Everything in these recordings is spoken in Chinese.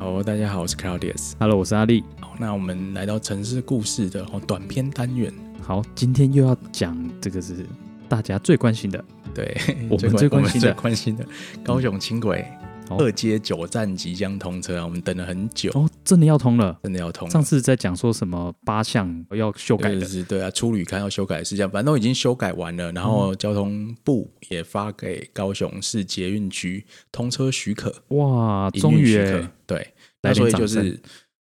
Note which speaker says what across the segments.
Speaker 1: 哦，大家好，我是 Claudius。
Speaker 2: Hello，我是阿力。
Speaker 1: 好，那我们来到城市故事的哦短篇单元，
Speaker 2: 好，今天又要讲这个是大家最关心的，
Speaker 1: 对，
Speaker 2: 我们最关心的
Speaker 1: 我们最关心的高雄轻轨
Speaker 2: 好
Speaker 1: 二阶九站即将通车啊，我们等了很久，
Speaker 2: 哦，真的要通了。
Speaker 1: 真的要通了。
Speaker 2: 上次在讲说什么八项要修改
Speaker 1: 就
Speaker 2: 的，
Speaker 1: 是对啊，初旅刊要修改的事项，反正都已经修改完了，然
Speaker 2: 嗯
Speaker 1: 后交通部也发给高雄市捷运局通车许可，
Speaker 2: 哇，
Speaker 1: 营运
Speaker 2: 终于
Speaker 1: 许
Speaker 2: 欸
Speaker 1: 可，对，
Speaker 2: 来
Speaker 1: 那所
Speaker 2: 点
Speaker 1: 以就
Speaker 2: 掌声。
Speaker 1: 是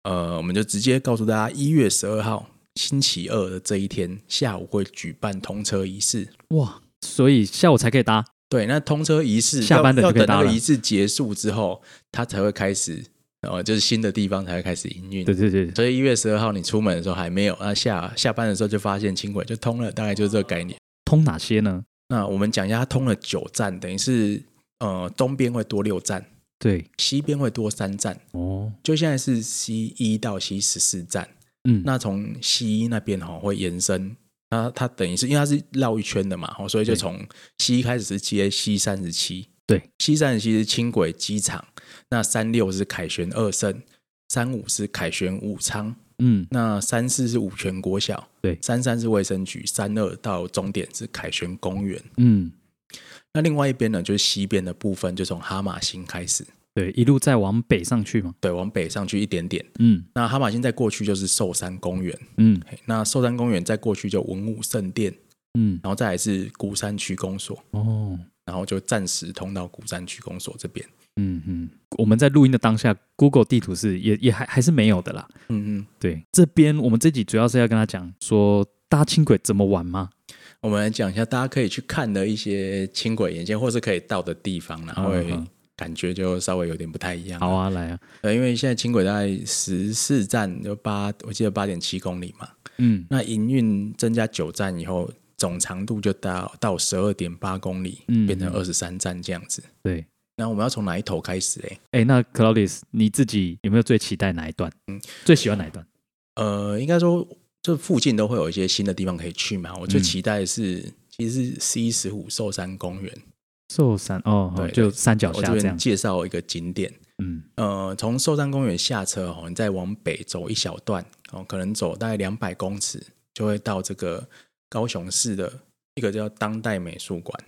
Speaker 1: 呃，我们就直接告诉大家，一月十二号星期二的这一天下午会举办通车仪式。
Speaker 2: 哇，所以下午才可以搭。
Speaker 1: 对，那通车仪式
Speaker 2: 下
Speaker 1: 要
Speaker 2: 班的
Speaker 1: 要
Speaker 2: 就可以
Speaker 1: 等
Speaker 2: 搭
Speaker 1: 那个
Speaker 2: 了
Speaker 1: 仪式结束之后，它才会开始，呃，就是新的地方才会开始营运。
Speaker 2: 对对对，
Speaker 1: 所以一月十二号你出门的时候还没有，那下下班的时候就发现轻轨就通了，大概就是这个概念。
Speaker 2: 通哪些呢？
Speaker 1: 那我们讲一下，它通了九站，等于是呃东边会多六站，
Speaker 2: 对，
Speaker 1: 西边会多三站，
Speaker 2: 哦，
Speaker 1: 就现在是西一到西十四站。
Speaker 2: 嗯，
Speaker 1: 那从西医那边哈、会延伸，那它等于是因为它是绕一圈的嘛，哦，所以就
Speaker 2: 对
Speaker 1: 从西医开始是接西三十七，
Speaker 2: 对，
Speaker 1: 西三十七是轻轨机场，那三六是凯旋二圣，三五是凯旋武昌，
Speaker 2: 嗯，
Speaker 1: 那三四是五泉国小，
Speaker 2: 对
Speaker 1: 三三是卫生局，三二到终点是凯旋公园。
Speaker 2: 嗯，
Speaker 1: 那另外一边呢，就是西边的部分，就从哈马星开始，
Speaker 2: 对，一路再往北上去嘛。
Speaker 1: 对，往北上去一点点。
Speaker 2: 嗯
Speaker 1: 那哈马星再过去就是寿山公园，
Speaker 2: 嗯
Speaker 1: 嘿那寿山公园再过去就文武圣殿，
Speaker 2: 嗯，
Speaker 1: 然后再来是鼓山区公所，
Speaker 2: 哦，
Speaker 1: 然后就暂时通到鼓山区公所这边。
Speaker 2: 嗯嗯，我们在录音的当下，Google 地图是也也还还是没有的啦。
Speaker 1: 嗯嗯，
Speaker 2: 对，这边我们这集主要是要跟他讲说搭轻轨怎么玩吗？
Speaker 1: 我们来讲一下大家可以去看的一些轻轨沿线，或是可以到的地方，然后
Speaker 2: 嗯嗯
Speaker 1: 感觉就稍微有点不太一样。
Speaker 2: 好啊，来啊，
Speaker 1: 呃，因为现在轻轨大概十四站就八，我记得八点七公里嘛。
Speaker 2: 嗯
Speaker 1: 那营运增加九站以后，总长度就到到十二点八公里，
Speaker 2: 嗯
Speaker 1: 变成二十三站这样子。
Speaker 2: 对。
Speaker 1: 那我们要从哪一头开始嘞？
Speaker 2: 哎，那 Claudius，你自己有没有最期待哪一段？
Speaker 1: 嗯
Speaker 2: 最喜欢哪一段？
Speaker 1: 呃，应该说这附近都会有一些新的地方可以去嘛。我最
Speaker 2: 嗯
Speaker 1: 期待的是，其实是 C 十五寿山公园，
Speaker 2: 寿山哦，
Speaker 1: 对
Speaker 2: 哦
Speaker 1: 对
Speaker 2: 就山脚
Speaker 1: 我
Speaker 2: 下
Speaker 1: 这
Speaker 2: 这
Speaker 1: 边
Speaker 2: 样。
Speaker 1: 介绍一个景点。
Speaker 2: 嗯
Speaker 1: 呃，从寿山公园下车哦，你再往北走一小段哦，可能走大概两百公尺，就会到这个高雄市的一个叫当代美术馆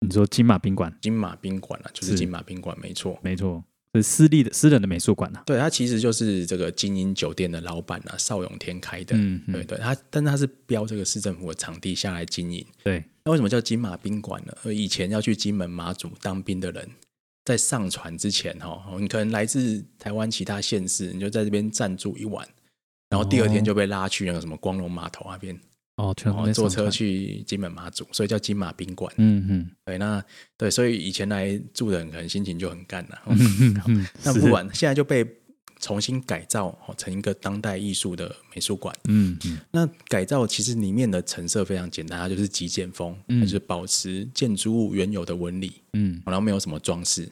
Speaker 2: 你说金马宾馆，
Speaker 1: ——金马宾馆啊，就是
Speaker 2: 是
Speaker 1: 金马宾馆，没错。
Speaker 2: 没错，是私立的私人的美术馆呐、啊。
Speaker 1: 对，它其实就是这个金鹰酒店的老板啊，邵永天开的。
Speaker 2: 嗯，嗯
Speaker 1: 对对，它但是它是标这个市政府的场地下来经营。
Speaker 2: 对，
Speaker 1: 那为什么叫金马宾馆呢？呃以前要去金门、马祖当兵的人，在上船之前哈、哦，你可能来自台湾其他县市，你就在这边暂住一晚，然后第二天就被拉去那个什么光荣码头那边，
Speaker 2: 哦，全
Speaker 1: 然
Speaker 2: 部
Speaker 1: 后
Speaker 2: 在
Speaker 1: 坐
Speaker 2: 上传
Speaker 1: 车。去金门、马祖，所以叫金马宾馆。
Speaker 2: 嗯嗯
Speaker 1: 对，那对，所以以前来住的人可能心情就很干了、
Speaker 2: 嗯嗯，
Speaker 1: 那
Speaker 2: 是
Speaker 1: 不管现在就被重新改造、哦、成一个当代艺术的美术馆。
Speaker 2: 嗯嗯
Speaker 1: 那改造其实里面的陈设非常简单，它就是极简风，它
Speaker 2: 嗯
Speaker 1: 就是保持建筑物原有的纹理，
Speaker 2: 嗯，
Speaker 1: 然后没有什么装饰。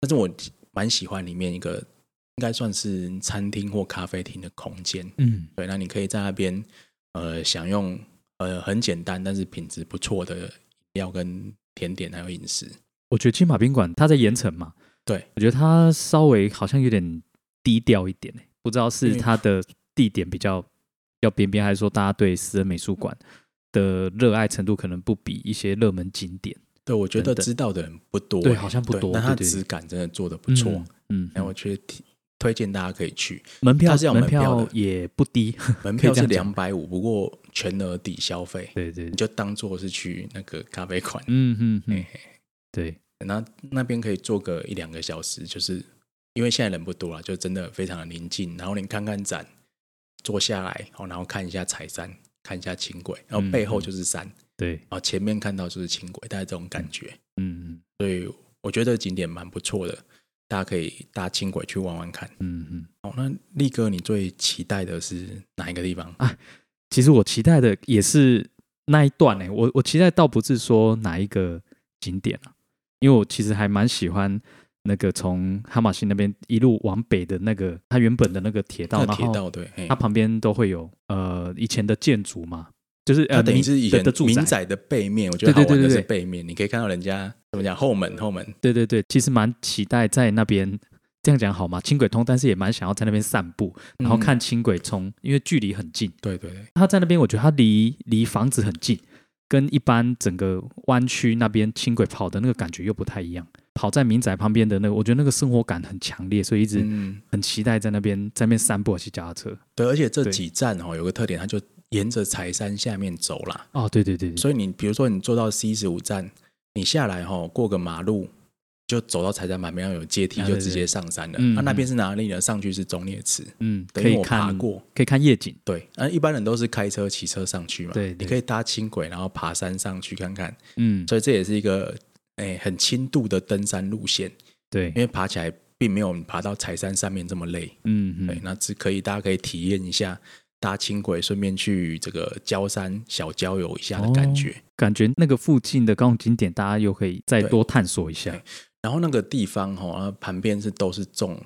Speaker 1: 但是我蛮喜欢里面一个应该算是餐厅或咖啡厅的空间，
Speaker 2: 嗯
Speaker 1: 对，那你可以在那边呃享用呃很简单但是品质不错的饮料跟甜点还有饮食。
Speaker 2: 我觉得金马宾馆它在盐城嘛，
Speaker 1: 对
Speaker 2: 我觉得它稍微好像有点低调一点、欸、不知道
Speaker 1: 因
Speaker 2: 是
Speaker 1: 为
Speaker 2: 它的地点比较比较边边，还是说大家对私人美术馆的热爱程度可能不比一些热门景点
Speaker 1: 对，我觉得
Speaker 2: 等等
Speaker 1: 知道的人不多欸、
Speaker 2: 对好像不
Speaker 1: 对
Speaker 2: 多
Speaker 1: 但它
Speaker 2: 对对
Speaker 1: 质感真的做的不错，
Speaker 2: 嗯嗯，
Speaker 1: 哎然后我觉得挺推荐大家可以去。
Speaker 2: 门票
Speaker 1: 它是有门
Speaker 2: 门
Speaker 1: 票的
Speaker 2: 票也不低，
Speaker 1: 门票
Speaker 2: 这
Speaker 1: 是
Speaker 2: 样
Speaker 1: 两
Speaker 2: 讲
Speaker 1: 百五，不过全额抵消费，
Speaker 2: 对对
Speaker 1: 你，就当做是去那个咖啡馆，
Speaker 2: 嗯嗯
Speaker 1: 嘿
Speaker 2: 嗯，
Speaker 1: 嘿
Speaker 2: 对，
Speaker 1: 那那边可以坐个一两个小时，就是因为现在人不多了，就真的非常的宁静。然后你看看展，坐下来，哦，然后看一下彩山，看一下轻轨，然后
Speaker 2: 嗯
Speaker 1: 背后就是山，
Speaker 2: 对，
Speaker 1: 然后前面看到就是轻轨，大概这种感觉。
Speaker 2: 嗯
Speaker 1: 所以我觉得景点蛮不错的，大家可以搭轻轨去玩玩看。
Speaker 2: 嗯嗯。
Speaker 1: 哦，那力哥，你最期待的是哪一个地方？
Speaker 2: 啊其实我期待的也是那一段呢、欸我我期待倒不是说哪一个景点啊，因为我其实还蛮喜欢那个从哈马星那边一路往北的那个它原本的那个铁道，
Speaker 1: 那
Speaker 2: 然
Speaker 1: 铁
Speaker 2: 后
Speaker 1: 道哎对，嘿
Speaker 2: 它旁边都会有呃以前的建筑嘛，就是
Speaker 1: 它
Speaker 2: 呃
Speaker 1: 啊等于
Speaker 2: 民
Speaker 1: 是以
Speaker 2: 的
Speaker 1: 前
Speaker 2: 的住
Speaker 1: 民
Speaker 2: 宅，
Speaker 1: 宅的背面，我觉得好
Speaker 2: 对
Speaker 1: 玩
Speaker 2: 对对
Speaker 1: 的是
Speaker 2: 对
Speaker 1: 背面，你可以看到人家怎么讲后门后门，
Speaker 2: 对对对，其实蛮期待在那边这样讲好吗？轻轨通，但是也蛮想要在那边散步，然后
Speaker 1: 嗯
Speaker 2: 看轻轨冲，因为距离很近。
Speaker 1: 对对对，
Speaker 2: 他在那边，我觉得他离离房子很近，跟一般整个湾区那边轻轨跑的那个感觉又不太一样。跑在民宅旁边的那个，我觉得那个生活感很强烈，所以一直
Speaker 1: 嗯，
Speaker 2: 很期待在那边在那边散步骑脚踏车。
Speaker 1: 对，而且这
Speaker 2: 对
Speaker 1: 几站哦，有个特点，它就沿着柴山下面走啦，
Speaker 2: 哦，对对对，对
Speaker 1: 所以你比如说你坐到 C 十五站，你下来哈、过个马路，就走到柴山旁边有阶梯，
Speaker 2: 啊
Speaker 1: 就
Speaker 2: 对
Speaker 1: 直接上山了。啊
Speaker 2: 嗯
Speaker 1: 那、
Speaker 2: 嗯
Speaker 1: 那边是哪里呢？上去是中烈池，
Speaker 2: 嗯，
Speaker 1: 等
Speaker 2: 可
Speaker 1: 于
Speaker 2: 以
Speaker 1: 我爬
Speaker 2: 看
Speaker 1: 过。
Speaker 2: 可以看夜景，
Speaker 1: 对，那、一般人都是开车、骑车上去嘛。
Speaker 2: 对对
Speaker 1: 你可以搭轻轨，然后爬山上去看看。
Speaker 2: 嗯，
Speaker 1: 所以这也是一个哎很轻度的登山路线，
Speaker 2: 对
Speaker 1: 因，为爬起来并没有你爬到柴山上面这么累。
Speaker 2: 嗯
Speaker 1: 对
Speaker 2: 嗯，，
Speaker 1: 那只可以大家可以体验一下搭轻轨，顺便去这个焦山小郊游一下的感觉。
Speaker 2: 感觉那个附近的高雄景点，大家又可以再
Speaker 1: 对
Speaker 2: 多探索一下
Speaker 1: 对。然后那个地方哈、哦，旁边是都是种，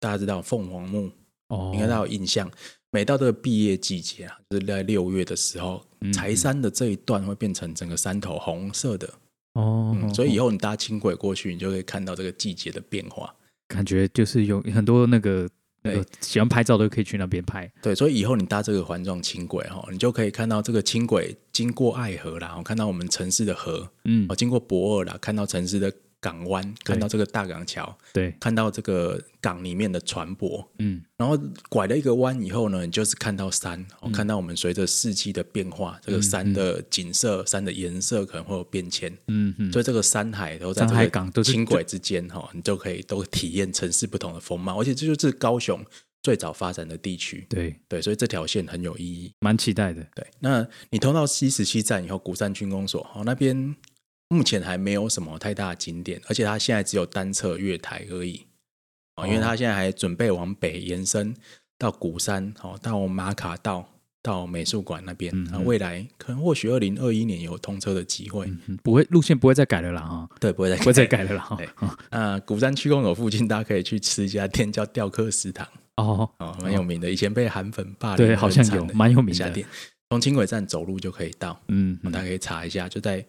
Speaker 1: 大家知道凤凰木，
Speaker 2: 哦，
Speaker 1: 应该大家有印象。每到这个毕业季节啊，就是在六月的时候，
Speaker 2: 嗯
Speaker 1: 柴山的这一段会变成整个山头红色的，
Speaker 2: 哦
Speaker 1: 嗯，，所以以
Speaker 2: 后
Speaker 1: 后你搭轻轨过去，你就会看到这个季节的变化。
Speaker 2: 感觉就是有很多那个那个喜欢拍照的可以去那边拍。
Speaker 1: 对，所以以后你搭这个环状轻轨哈，你就可以看到这个轻轨经过爱河啦，哦看到我们城市的河，
Speaker 2: 嗯
Speaker 1: 哦，，经过博尔啦，看到城市的港湾，看到这个大港桥，
Speaker 2: 对，
Speaker 1: 看到这个港里面的船舶，
Speaker 2: 嗯
Speaker 1: 然后拐了一个弯以后呢，你就是看到山，哦、
Speaker 2: 嗯
Speaker 1: 看到我们随着四季的变化，这个山的景色、山的颜色可能会有变迁，
Speaker 2: 嗯嗯，
Speaker 1: 所以这个山海都在
Speaker 2: 山海
Speaker 1: 这
Speaker 2: 港
Speaker 1: 个
Speaker 2: 都是
Speaker 1: 轻轨之间哈、哦，你就可以都体验城市不同的风貌，而且这就是高雄最早发展的地区，
Speaker 2: 对，
Speaker 1: 对，所以这条线很有意义。
Speaker 2: 蛮期待的。
Speaker 1: 对，那你通到西十七站以后，鼓山军工所，哦，那边目前还没有什么太大的景点，而且它现在只有单侧月台而已，哦，因为
Speaker 2: 哦
Speaker 1: 它现在还准备往北延伸到鼓山，哦，到马卡道，到美术馆那边
Speaker 2: 嗯，
Speaker 1: 那、
Speaker 2: 嗯
Speaker 1: 未来可能或许二零二一年有通车的机会，
Speaker 2: 嗯，嗯不会路线不会再改了啦哈，
Speaker 1: 对，不会再
Speaker 2: 不会再改了啦哈
Speaker 1: 对。
Speaker 2: 哦
Speaker 1: 那鼓山区公所附近，大家可以去吃一家店叫雕刻食堂，
Speaker 2: 哦，
Speaker 1: 哦，蛮有名的，以前被韩粉霸凌
Speaker 2: 对
Speaker 1: 很惨的，
Speaker 2: 好像有蛮有名
Speaker 1: 一家
Speaker 2: 的
Speaker 1: 店，从轻轨站走路就可以到。
Speaker 2: 嗯，
Speaker 1: 大
Speaker 2: 嗯
Speaker 1: 家可以查一下，就在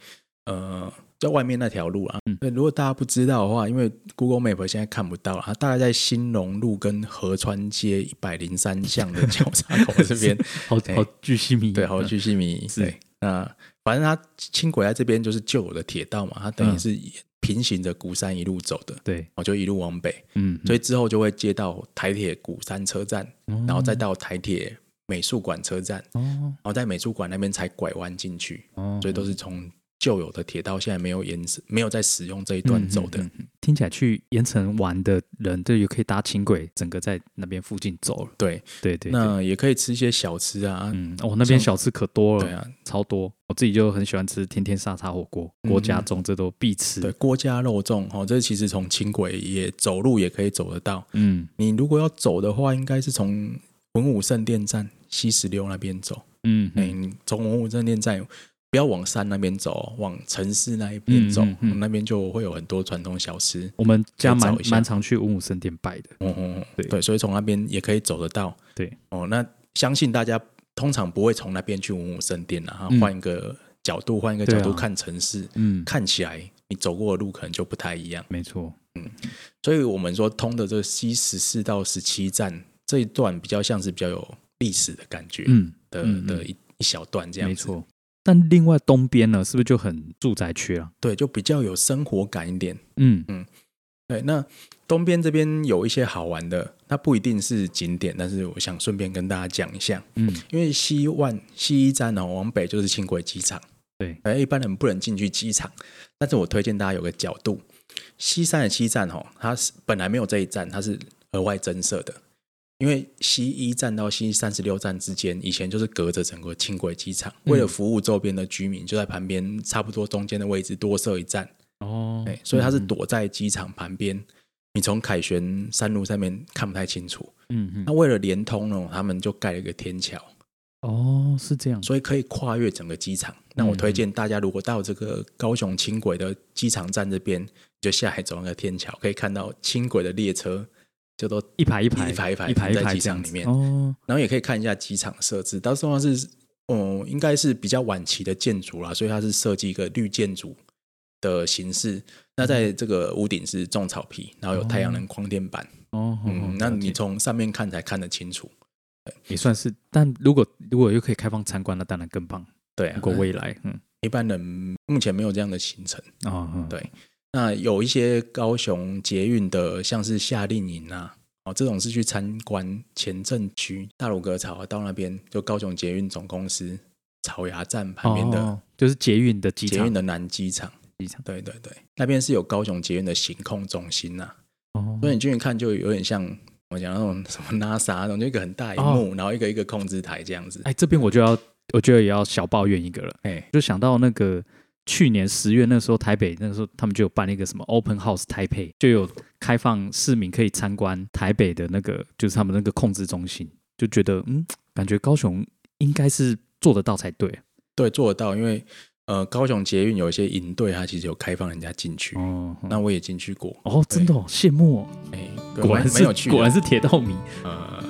Speaker 1: 呃，在外面那条路啊。
Speaker 2: 嗯
Speaker 1: 对，如果大家不知道的话，因为 Google Map 现在看不到了，它大概在兴隆路跟河川街一百零三巷的交叉口这 边。
Speaker 2: 好
Speaker 1: 对
Speaker 2: 好巨细迷，
Speaker 1: 对，好，
Speaker 2: 嗯
Speaker 1: 去西米。
Speaker 2: 是
Speaker 1: 对，那反正它轻轨在这边就是旧有的铁道嘛，它等于
Speaker 2: 嗯
Speaker 1: 是平行着鼓山一路走的，
Speaker 2: 对，
Speaker 1: 我就一路往北，
Speaker 2: 嗯，
Speaker 1: 所以之后就会接到台铁鼓山车站，
Speaker 2: 然
Speaker 1: 然后再到台铁美术馆车站，然
Speaker 2: 哦
Speaker 1: 后在美术馆那边才拐弯进去。
Speaker 2: 哦，
Speaker 1: 所以都是从旧有的铁道现在没有延伸，没有在使用这一段走的。
Speaker 2: 嗯嗯嗯听起来去盐城玩的人，就也可以搭轻轨，整个在那边附近走了。
Speaker 1: 对，
Speaker 2: 对对，对
Speaker 1: 那也可以吃一些小吃啊，
Speaker 2: 嗯，哦，那边小吃可多了，
Speaker 1: 对啊，
Speaker 2: 超多。我自己就很喜欢吃甜甜沙茶火锅，
Speaker 1: 嗯
Speaker 2: 郭家粽这都必吃。
Speaker 1: 对，郭家肉粽哦，这其实从轻轨也走路也可以走得到。
Speaker 2: 嗯
Speaker 1: 你如果要走的话，应该是从文武圣殿站西十六那边走。
Speaker 2: 嗯
Speaker 1: 哎、
Speaker 2: 嗯，
Speaker 1: 你从文武圣殿站。不要往山那边走哦，往城市那一边走，
Speaker 2: 嗯嗯嗯
Speaker 1: 那边就会有很多传统小吃。
Speaker 2: 我们家
Speaker 1: 可以
Speaker 2: 蛮
Speaker 1: 找一下
Speaker 2: 蛮常去文武圣殿拜的。
Speaker 1: 嗯嗯，嗯
Speaker 2: 对
Speaker 1: 对，所以从那边也可以走得到。
Speaker 2: 对，
Speaker 1: 哦，那相信大家通常不会从那边去文武圣殿啦，哈
Speaker 2: 嗯
Speaker 1: 换一个角度，换一个
Speaker 2: 对
Speaker 1: 角
Speaker 2: 啊
Speaker 1: 度看城市，
Speaker 2: 嗯，
Speaker 1: 看起来你走过的路可能就不太一样。
Speaker 2: 没错。
Speaker 1: 所以我们说通的这个 C 十四到十七站这一段比较像是比较有历史的感觉
Speaker 2: 嗯，
Speaker 1: 的、
Speaker 2: 嗯嗯
Speaker 1: 的一一小段这样
Speaker 2: 没
Speaker 1: 子，
Speaker 2: 错。但另外东边呢，是不是就很住宅区啊了？
Speaker 1: 对，就比较有生活感一点。
Speaker 2: 嗯
Speaker 1: 对，那东边这边有一些好玩的，它不一定是景点，但是我想顺便跟大家讲一下。
Speaker 2: 嗯，
Speaker 1: 因为西万西一站哦，往北就是轻轨机场，
Speaker 2: 对，
Speaker 1: 哎，一般人不能进去机场，但是我推荐大家有个角度，西山的西站哦，它是本来没有这一站，它是额外增设的，因为西一站到西三十六站之间，以前就是隔着整个轻轨机场，
Speaker 2: 嗯
Speaker 1: 为了服务周边的居民，就在旁边差不多中间的位置多设一站，
Speaker 2: 哦
Speaker 1: 哎，，所以它是
Speaker 2: 嗯
Speaker 1: 躲在机场旁边，你从凯旋山路上面看不太清楚，
Speaker 2: 嗯嗯
Speaker 1: 那，为了连通呢，他们就盖了一个天桥。
Speaker 2: 哦，是这样。
Speaker 1: 所以可以跨越整个机场。
Speaker 2: 嗯
Speaker 1: 那我推荐大家，如果到这个高雄轻轨的机场站这边，就下海走那个天桥，可以看到轻轨的列车就都，
Speaker 2: 一排一排，
Speaker 1: 一排一排
Speaker 2: 一排一
Speaker 1: 停在
Speaker 2: 排
Speaker 1: 机
Speaker 2: 这
Speaker 1: 场
Speaker 2: 样
Speaker 1: 里
Speaker 2: 子
Speaker 1: 面
Speaker 2: 哦，
Speaker 1: 然后也可以看一下机场设置。到时候哦是，嗯，应该是比较晚期的建筑啦，所以它是设计一个绿建筑的形式。那在这个屋顶是种草皮，然后有太阳能光电板，
Speaker 2: 哦，
Speaker 1: 嗯，那你
Speaker 2: 了解
Speaker 1: 从上面看才看得清楚。
Speaker 2: 也算是，但如果如果又可以开放参观，那当然更棒。
Speaker 1: 对、啊，
Speaker 2: 如果未来，嗯，
Speaker 1: 一般人目前没有这样的行程。
Speaker 2: 哦，嗯
Speaker 1: 对那有一些高雄捷运的，像是夏令营啊，哦，这种是去参观前镇区大鲁阁草啊到那边，就高雄捷运总公司草衙站旁边的
Speaker 2: 哦就是捷运的机
Speaker 1: 捷
Speaker 2: 场
Speaker 1: 运，的南机场。
Speaker 2: 机场
Speaker 1: 对对对，那边是有高雄捷运的行控中心呐、
Speaker 2: 哦
Speaker 1: 所以你进去看就有点像我讲那种什么 NASA 那种，就一个很大一幕，然后一个一个控制台这样子。
Speaker 2: 哦哎，这边我就要，我觉得也要小抱怨一个了。
Speaker 1: 哎，
Speaker 2: 就想到那个去年十月那时候，台北那时候他们就有办一个什么 Open House 台北，就有开放市民可以参观台北的那个，就是他们那个控制中心，就觉得嗯，感觉高雄应该是做得到才对
Speaker 1: 对，做得到，因为呃，高雄捷运有一些营队，它其实有开放人家进去，
Speaker 2: 哦。
Speaker 1: 那我也进去过。
Speaker 2: 哦，真的、哦、羡慕、哦，
Speaker 1: 哎，对
Speaker 2: 果然
Speaker 1: 蛮蛮
Speaker 2: 是
Speaker 1: 有趣啊的，
Speaker 2: 果然是铁道迷。
Speaker 1: 呃。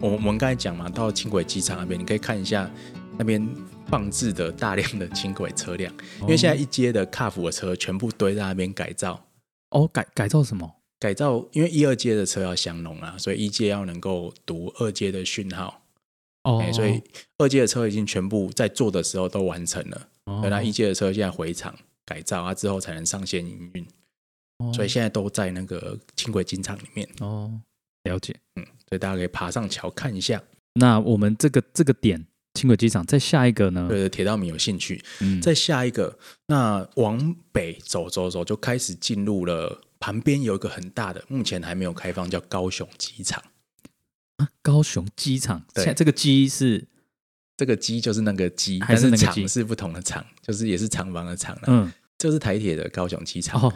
Speaker 1: 我我们刚才讲嘛，到轻轨机场那边，你可以看一下那边放置的大量的轻轨车辆，因为现在一街的卡府的车全部堆在那边改造，
Speaker 2: 哦改改造什么？
Speaker 1: 改造，因为一二街的车要相容啊，所以一街要能够读二街的讯号，
Speaker 2: 哦，
Speaker 1: 哎、所以二街的车已经全部在做的时候都完成了，
Speaker 2: 哦
Speaker 1: 对那一街的车现在回厂改造啊之后才能上线营运，
Speaker 2: 哦
Speaker 1: 所以现在都在那个轻轨机场里面，
Speaker 2: 哦了解。
Speaker 1: 所以大家可以爬上桥看一下。
Speaker 2: 那我们这个这个点轻轨机场，再下一个呢？
Speaker 1: 对铁道迷有兴趣，
Speaker 2: 嗯，
Speaker 1: 再下一个，那往北走走走，就开始进入了旁边有一个很大的，目前还没有开放，叫高雄机场。
Speaker 2: 啊高雄机场，
Speaker 1: 对
Speaker 2: 现在这个机是
Speaker 1: 这个机就是那个机，
Speaker 2: 还是
Speaker 1: 但
Speaker 2: 那个
Speaker 1: 是
Speaker 2: 机
Speaker 1: 厂是不同的厂，就是也是厂房的厂啦。
Speaker 2: 嗯
Speaker 1: 这是台铁的高雄机场。
Speaker 2: 哦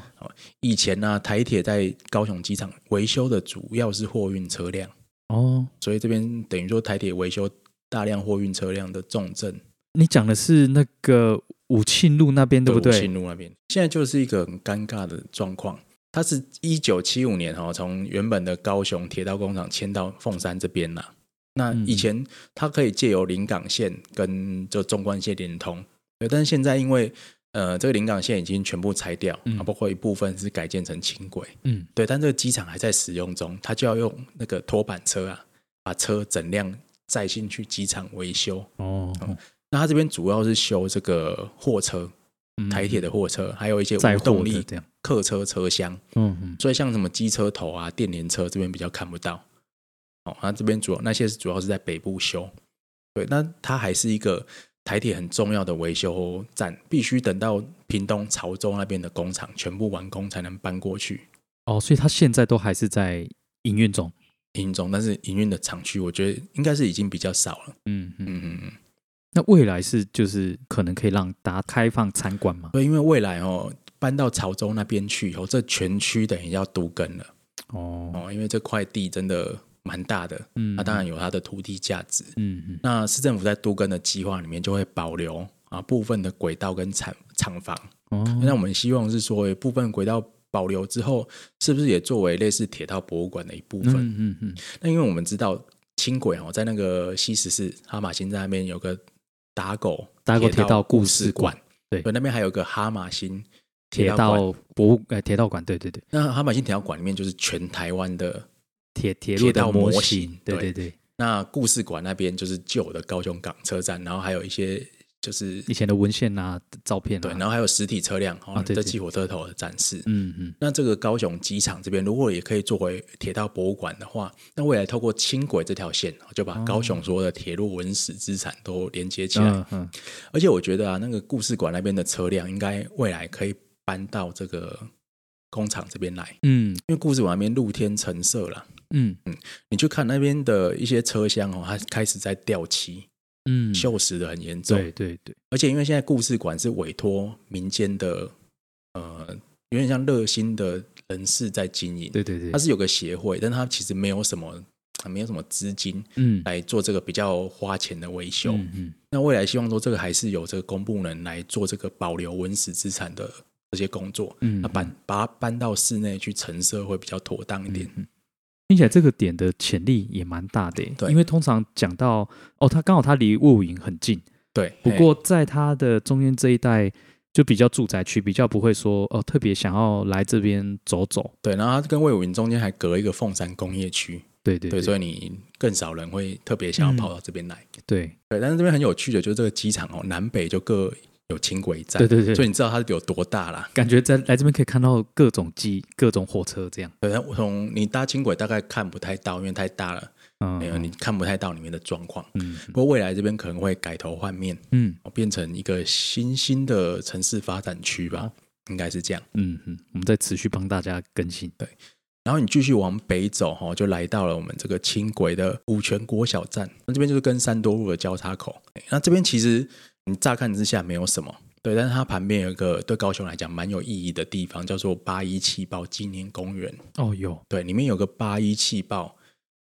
Speaker 1: 以前呢、台铁在高雄机场维修的主要是货运车辆，
Speaker 2: 哦，
Speaker 1: 所以这边等于说台铁维修大量货运车辆的重镇，
Speaker 2: 你讲的是那个武庆路那边对不
Speaker 1: 武庆
Speaker 2: 对？
Speaker 1: 路那边现在就是一个很尴尬的状况。它是一九七五年哦，从原本的高雄铁道工厂迁到凤山这边啦、那
Speaker 2: 嗯
Speaker 1: 以前它可以借由临港线跟就纵贯线连通，对，但是现在因为呃这个临港线已经全部拆掉，
Speaker 2: 嗯
Speaker 1: 啊，包括一部分是改建成轻轨，
Speaker 2: 嗯，
Speaker 1: 对，但这个机场还在使用中，它就要用那个拖板车啊，把车整辆载进去机场维修。
Speaker 2: 哦，
Speaker 1: 那它这边主要是修这个货车，
Speaker 2: 嗯
Speaker 1: 台铁的货车，还有一些
Speaker 2: 载
Speaker 1: 无
Speaker 2: 货
Speaker 1: 动
Speaker 2: 的
Speaker 1: 力
Speaker 2: 这样，
Speaker 1: 客车车厢，
Speaker 2: 嗯嗯，
Speaker 1: 所以像什么机车头啊、电联车这边比较看不到。哦，那这边主要那些是主要是在北部修，对，那它还是一个台铁很重要的维修站，必须等到屏东潮州那边的工厂全部完工才能搬过去
Speaker 2: 哦，所以它现在都还是在营运中，
Speaker 1: 营运中。但是营运的厂区，我觉得应该是已经比较少了。
Speaker 2: 嗯嗯，
Speaker 1: 嗯嗯嗯。
Speaker 2: 那未来是就是可能可以让大家开放参观吗？
Speaker 1: 所以因为未来哦搬到潮州那边去以后，这全区等于要都更了。
Speaker 2: 哦，
Speaker 1: 哦，因为这块地真的蛮大的，
Speaker 2: 嗯
Speaker 1: 那、当然有它的土地价值。
Speaker 2: 嗯嗯，
Speaker 1: 那市政府在都更的计划里面就会保留啊部分的轨道跟厂厂房，
Speaker 2: 哦，
Speaker 1: 那我们希望是说诶部分轨道保留之后，是不是也作为类似铁道博物馆的一部分？
Speaker 2: 嗯嗯嗯，
Speaker 1: 那因为我们知道轻轨哦，在那个西十四哈马星站那边有个打狗
Speaker 2: 打狗铁道故
Speaker 1: 故
Speaker 2: 事
Speaker 1: 事馆，
Speaker 2: 对
Speaker 1: 那边还有个哈马星
Speaker 2: 铁
Speaker 1: 道馆。
Speaker 2: 道博物呃铁道馆，对对对，
Speaker 1: 那哈马星铁道馆里面就是全台湾的
Speaker 2: 铁铁路
Speaker 1: 铁
Speaker 2: 的
Speaker 1: 道模
Speaker 2: 模
Speaker 1: 型
Speaker 2: 型，对对
Speaker 1: 对
Speaker 2: 对，
Speaker 1: 那故事馆那边就是旧的高雄港车站，然后还有一些就是
Speaker 2: 以前的文献啊，照片
Speaker 1: 对，然
Speaker 2: 啊，
Speaker 1: 后还有实体车辆哦
Speaker 2: 啊，对
Speaker 1: 这
Speaker 2: 对
Speaker 1: 起火车头的展示。
Speaker 2: 嗯嗯，
Speaker 1: 那这个高雄机场这边，如果也可以作为铁道博物馆的话，那未来透过轻轨这条线，哦就把高雄所有的铁路文史资产都连接起来。
Speaker 2: 哦嗯嗯，
Speaker 1: 而且我觉得啊，那个故事馆那边的车辆，应该未来可以搬到这个工厂这边来，
Speaker 2: 嗯
Speaker 1: 因为故事馆那边露天陈设啦，
Speaker 2: 嗯
Speaker 1: 你去看那边的一些车厢哦，它开始在掉漆，
Speaker 2: 嗯，
Speaker 1: 锈蚀的很严重。
Speaker 2: 对对对，
Speaker 1: 而且因为现在故事馆是委托民间的，呃，有点像热心的人士在经营，
Speaker 2: 对对对，
Speaker 1: 它是有个协会，但它其实没有什么，啊没有什么资金
Speaker 2: 嗯
Speaker 1: 来做这个比较花钱的维修。
Speaker 2: 嗯嗯
Speaker 1: 那未来希望说，这个还是有这个公部门来做这个保留文史资产的这些工作，
Speaker 2: 嗯，
Speaker 1: 那搬把它搬到室内去陈设会比较妥当一点。
Speaker 2: 嗯听起来这个点的潜力也蛮大的耶，
Speaker 1: 对
Speaker 2: 因为通常讲到哦，它刚好它离魏武营很近，
Speaker 1: 对，
Speaker 2: 不
Speaker 1: 嘿
Speaker 2: 过在它的中间这一带就比较住宅区，比较不会说哦特别想要来这边走走。
Speaker 1: 对，然后它跟魏武营中间还隔一个凤山工业区，
Speaker 2: 对对嗯
Speaker 1: 对，所以你更少人会特别想要跑到这边来。
Speaker 2: 对
Speaker 1: 对，但是这边很有趣的就是这个机场哦，南北就各有轻轨站，
Speaker 2: 对对对
Speaker 1: 所以你知道它有多大啦？
Speaker 2: 感觉在来这边可以看到各种机、各种火车这样。
Speaker 1: 对，它从你搭轻轨大概看不太到，因为太大了，
Speaker 2: 嗯，
Speaker 1: 没有你看不太到里面的状况。
Speaker 2: 嗯
Speaker 1: 不过未来这边可能会改头换面，
Speaker 2: 嗯
Speaker 1: 哦，变成一个新兴的城市发展区
Speaker 2: 哦
Speaker 1: 吧，应该是这样。
Speaker 2: 嗯嗯，我们再持续帮大家更新。
Speaker 1: 然后你继续往北走，哈，就来到了我们这个轻轨的五泉国小站。那这边就是跟三多路的交叉口。哎那这边其实你乍看之下没有什么，对，但是它旁边有一个对高雄来讲蛮有意义的地方，叫做八一气爆纪念公园。
Speaker 2: 哦，有
Speaker 1: 对，里面有个八一气爆，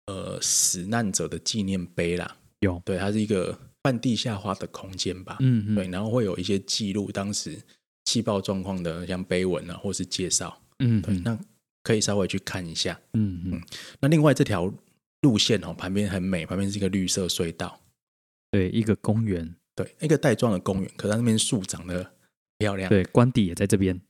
Speaker 1: 呃，死难者的纪念碑啦。
Speaker 2: 有，
Speaker 1: 对，它是一个半地下化的空间吧。
Speaker 2: 嗯嗯
Speaker 1: 对，然后会有一些记录当时气爆状况的，像碑文啊，或是介绍。
Speaker 2: 嗯
Speaker 1: 对，
Speaker 2: 嗯
Speaker 1: 那可以稍微去看一下。
Speaker 2: 嗯嗯，
Speaker 1: 那另外这条路线哦，旁边很美，旁边是一个绿色隧道，
Speaker 2: 对，一个公园，
Speaker 1: 对，一个带状的公园，可是它那边树长得漂亮，，
Speaker 2: 对，官邸也在这边，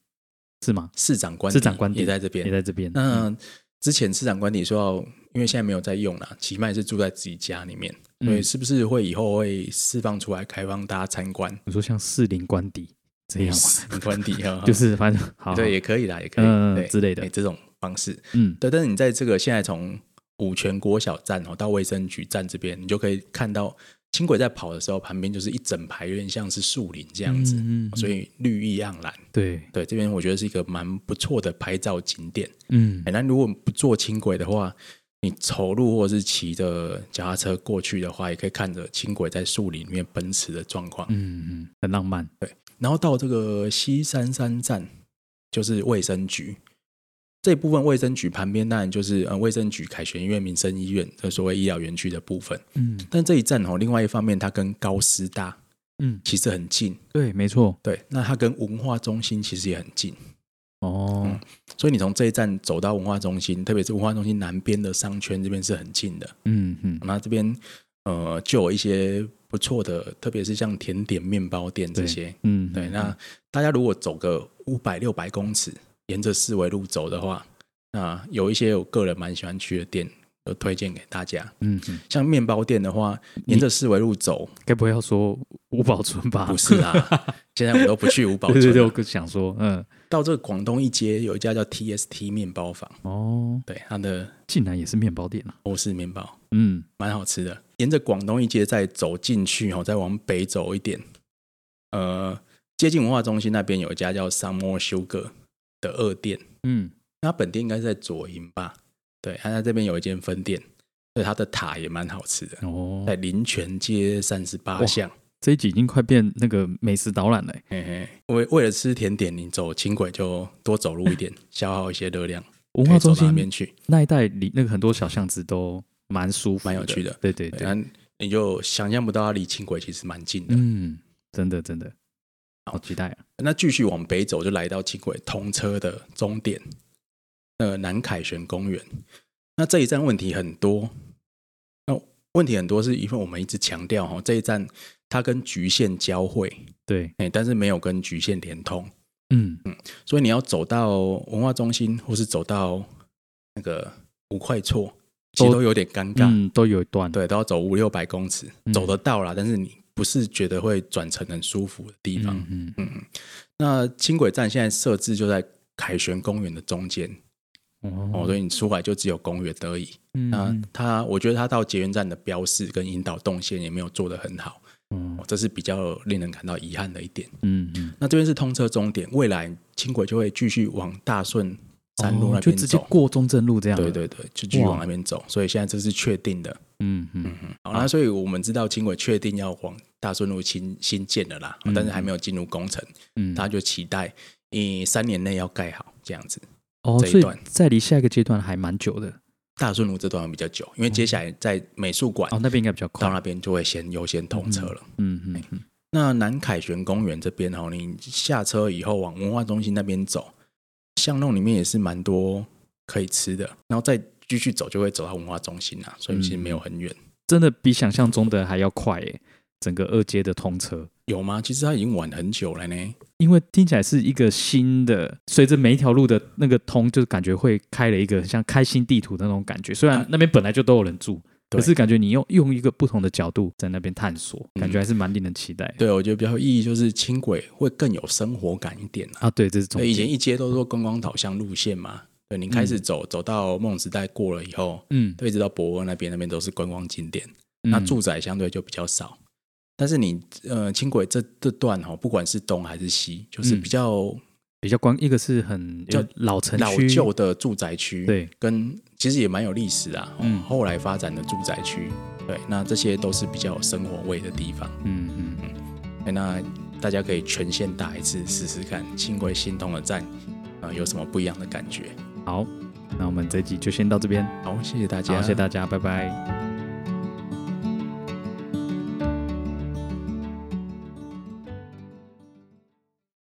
Speaker 2: 是吗？
Speaker 1: 市长官邸
Speaker 2: 市长官邸
Speaker 1: 也在这
Speaker 2: 也
Speaker 1: 边。
Speaker 2: 在这边。嗯
Speaker 1: 那之前市长官邸说要，因为现在没有在用啦，起码也是住在自己家里面，
Speaker 2: 嗯
Speaker 1: 所以是不是会以后会释放出来，开放大家参观？
Speaker 2: 你说像士林官邸这样吗？
Speaker 1: 官邸啊，
Speaker 2: 就是反正好，
Speaker 1: 对，也可以啦，也可以，
Speaker 2: 嗯
Speaker 1: 对
Speaker 2: 之类
Speaker 1: 哎
Speaker 2: 的，
Speaker 1: 这种方式。
Speaker 2: 嗯
Speaker 1: 对，但是你在这个现在从五泉国小站哦到卫生局站这边，你就可以看到轻轨在跑的时候，旁边就是一整排，有点像是树林这
Speaker 2: 这
Speaker 1: 样子，
Speaker 2: 嗯，嗯
Speaker 1: 所以绿意盎然。
Speaker 2: 对，
Speaker 1: 对，这边我觉得是一个蛮不错的拍照景点。
Speaker 2: 嗯
Speaker 1: 哎，那如果不坐轻轨的话，你走路或者是骑着脚踏车过去的话，也可以看着轻轨在树林里面奔驰的状况。
Speaker 2: 嗯嗯，很浪漫。
Speaker 1: 然后到这个西山山站，就是卫生局这部分，卫生局旁边当然就是呃卫生局、凯旋医院、民生医院这所谓医疗园区的部分。
Speaker 2: 嗯
Speaker 1: 但这一站哦，另外一方面它跟高师大
Speaker 2: 嗯，
Speaker 1: 其实很近，
Speaker 2: 对，没错。
Speaker 1: 对，那它跟文化中心其实也很近，
Speaker 2: 哦，
Speaker 1: 所以你从这一站走到文化中心，特别是文化中心南边的商圈这边是很近的。
Speaker 2: 嗯嗯，
Speaker 1: 那这边呃就有一些不错的，特别是像甜点、面包店这
Speaker 2: 对
Speaker 1: 些，
Speaker 2: 嗯，
Speaker 1: 对，
Speaker 2: 嗯
Speaker 1: 那大家如果走个五百六百公尺，沿着四维路走的话，那有一些我个人蛮喜欢去的店，都推荐给大家。
Speaker 2: 嗯，嗯
Speaker 1: 像面包店的话，沿着四维路走
Speaker 2: 该不会要说五宝村吧？
Speaker 1: 不是啦， 现在我都不去五堡
Speaker 2: 啊对
Speaker 1: 村啊
Speaker 2: 对对，
Speaker 1: 了。
Speaker 2: 我想说，嗯，
Speaker 1: 到这个广东一街有一家叫 TST 面包房，
Speaker 2: 哦，
Speaker 1: 对，它的
Speaker 2: 竟然也是面包店啊，
Speaker 1: 欧式面包
Speaker 2: 嗯，
Speaker 1: 蛮好吃的。沿着广东一街再走进去哦，再往北走一点，呃，接近文化中心那边有一家叫 Summer Sugar 的二店。
Speaker 2: 嗯
Speaker 1: 那本店应该是在左营吧？对，他在这边有一间分店，对，它的塔也蛮好吃的，
Speaker 2: 哦
Speaker 1: 在，林泉街三十八巷。
Speaker 2: 这一集已经快变那个美食导览了欸。
Speaker 1: 嘿嘿，为为了吃甜点，你走轻轨就多走路一 点，消耗一些热量，
Speaker 2: 文
Speaker 1: 可
Speaker 2: 化
Speaker 1: 以走
Speaker 2: 中
Speaker 1: 到那边
Speaker 2: 心
Speaker 1: 去，
Speaker 2: 那一带里那个很多小巷子都蛮舒服，
Speaker 1: 蛮有趣的。
Speaker 2: 对对对，
Speaker 1: 然后啊你就想象不到它离轻轨其实蛮近的。
Speaker 2: 嗯，真的真的，好期待啊！
Speaker 1: 那继续往北走，就来到轻轨通车的终点，呃，南凯旋公园。那这一站问题很多，那问题很多是因为我们一直强调哈，这一站它跟局限交汇，
Speaker 2: 对，
Speaker 1: 哎、但是没有跟局限连通，
Speaker 2: 嗯，
Speaker 1: 所以你要走到文化中心，或是走到那个五块厝，其实
Speaker 2: 都
Speaker 1: 都有点尴尬，
Speaker 2: 嗯，都有一段，
Speaker 1: 对，都要走五六百公尺，
Speaker 2: 嗯
Speaker 1: 走得到啦，但是你不是觉得会转乘很舒服的地方。
Speaker 2: 嗯嗯嗯
Speaker 1: 那轻轨站现在设置就在凯旋公园的中间，哦，所以你出来就只有公园而已。那
Speaker 2: 嗯
Speaker 1: 它，我觉得它到捷运站的标示跟引导动线也没有做得很好，
Speaker 2: 嗯
Speaker 1: 哦这是比较令人感到遗憾的一点。
Speaker 2: 嗯嗯，
Speaker 1: 那这边是通车终点，未来轻轨就会继续往大顺山路
Speaker 2: 哦
Speaker 1: 那
Speaker 2: 就
Speaker 1: 边
Speaker 2: 直接
Speaker 1: 走。
Speaker 2: 过中正路这样，
Speaker 1: 对，对对，就继续
Speaker 2: 哇
Speaker 1: 往那边走，所以现在这是确定的。
Speaker 2: 嗯嗯，
Speaker 1: 嗯好，那所以我们知道轻轨确定要往大顺路新新建的啦，哦但是还没有进入工程，
Speaker 2: 嗯，
Speaker 1: 大家就期待，嗯，三年内要盖好这样子。
Speaker 2: 哦，
Speaker 1: 这一
Speaker 2: 所以
Speaker 1: 段
Speaker 2: 在离下一个阶段还蛮久的，
Speaker 1: 大顺路这段会比较久，因为接下来在美术馆
Speaker 2: 哦，那边应该比较
Speaker 1: 到
Speaker 2: 快，
Speaker 1: 那边就会先优先通车了。
Speaker 2: 嗯嗯嗯，
Speaker 1: 那南凯旋公园这边哦，你下车以后往文化中心那边走，巷弄里面也是蛮多可以吃的，然后再继续走就会走到文化中心啊，所以其实没有很远。
Speaker 2: 真的比想象中的还要快诶、整个二阶的通车，
Speaker 1: 有吗？其实它已经晚很久了呢。
Speaker 2: 因为听起来是一个新的，随着每一条路的那个通，就是感觉会开了一个像开新地图的那种感觉。虽然
Speaker 1: 啊
Speaker 2: 那边本来就都有人住，
Speaker 1: 对
Speaker 2: 可是感觉你用用一个不同的角度在那边探索，
Speaker 1: 嗯
Speaker 2: 感觉还是蛮令人期待的。
Speaker 1: 对，我觉得比较有意义就是轻轨会更有生活感一点啊。
Speaker 2: 啊，对，这是重
Speaker 1: 对，以前
Speaker 2: 点。
Speaker 1: 一街都是做观光导向路线嘛。对，你开始走、走到梦时代过了以后，
Speaker 2: 嗯，
Speaker 1: 对，一直到博恩那边，那边都是观光景点。
Speaker 2: 嗯
Speaker 1: 那住宅相对就比较少。但是你呃轻轨这这段哈、哦，不管是东还是西，就是比较
Speaker 2: 比较光，一个是很
Speaker 1: 就
Speaker 2: 有老城
Speaker 1: 老
Speaker 2: 区，
Speaker 1: 旧嗯的住宅区，
Speaker 2: 对，
Speaker 1: 跟其实也蛮有历史啊、哦
Speaker 2: 嗯
Speaker 1: 后来发展的住宅区，对，那这些都是比较有生活味的地方。
Speaker 2: 嗯嗯嗯，
Speaker 1: 哎那大家可以全线打一次试试看轻轨新通的站啊、呃有什么不一样的感觉？
Speaker 2: 好，那我们这集就先到这边，
Speaker 1: 好，谢谢大家，啊
Speaker 2: 好，谢谢大家，拜拜。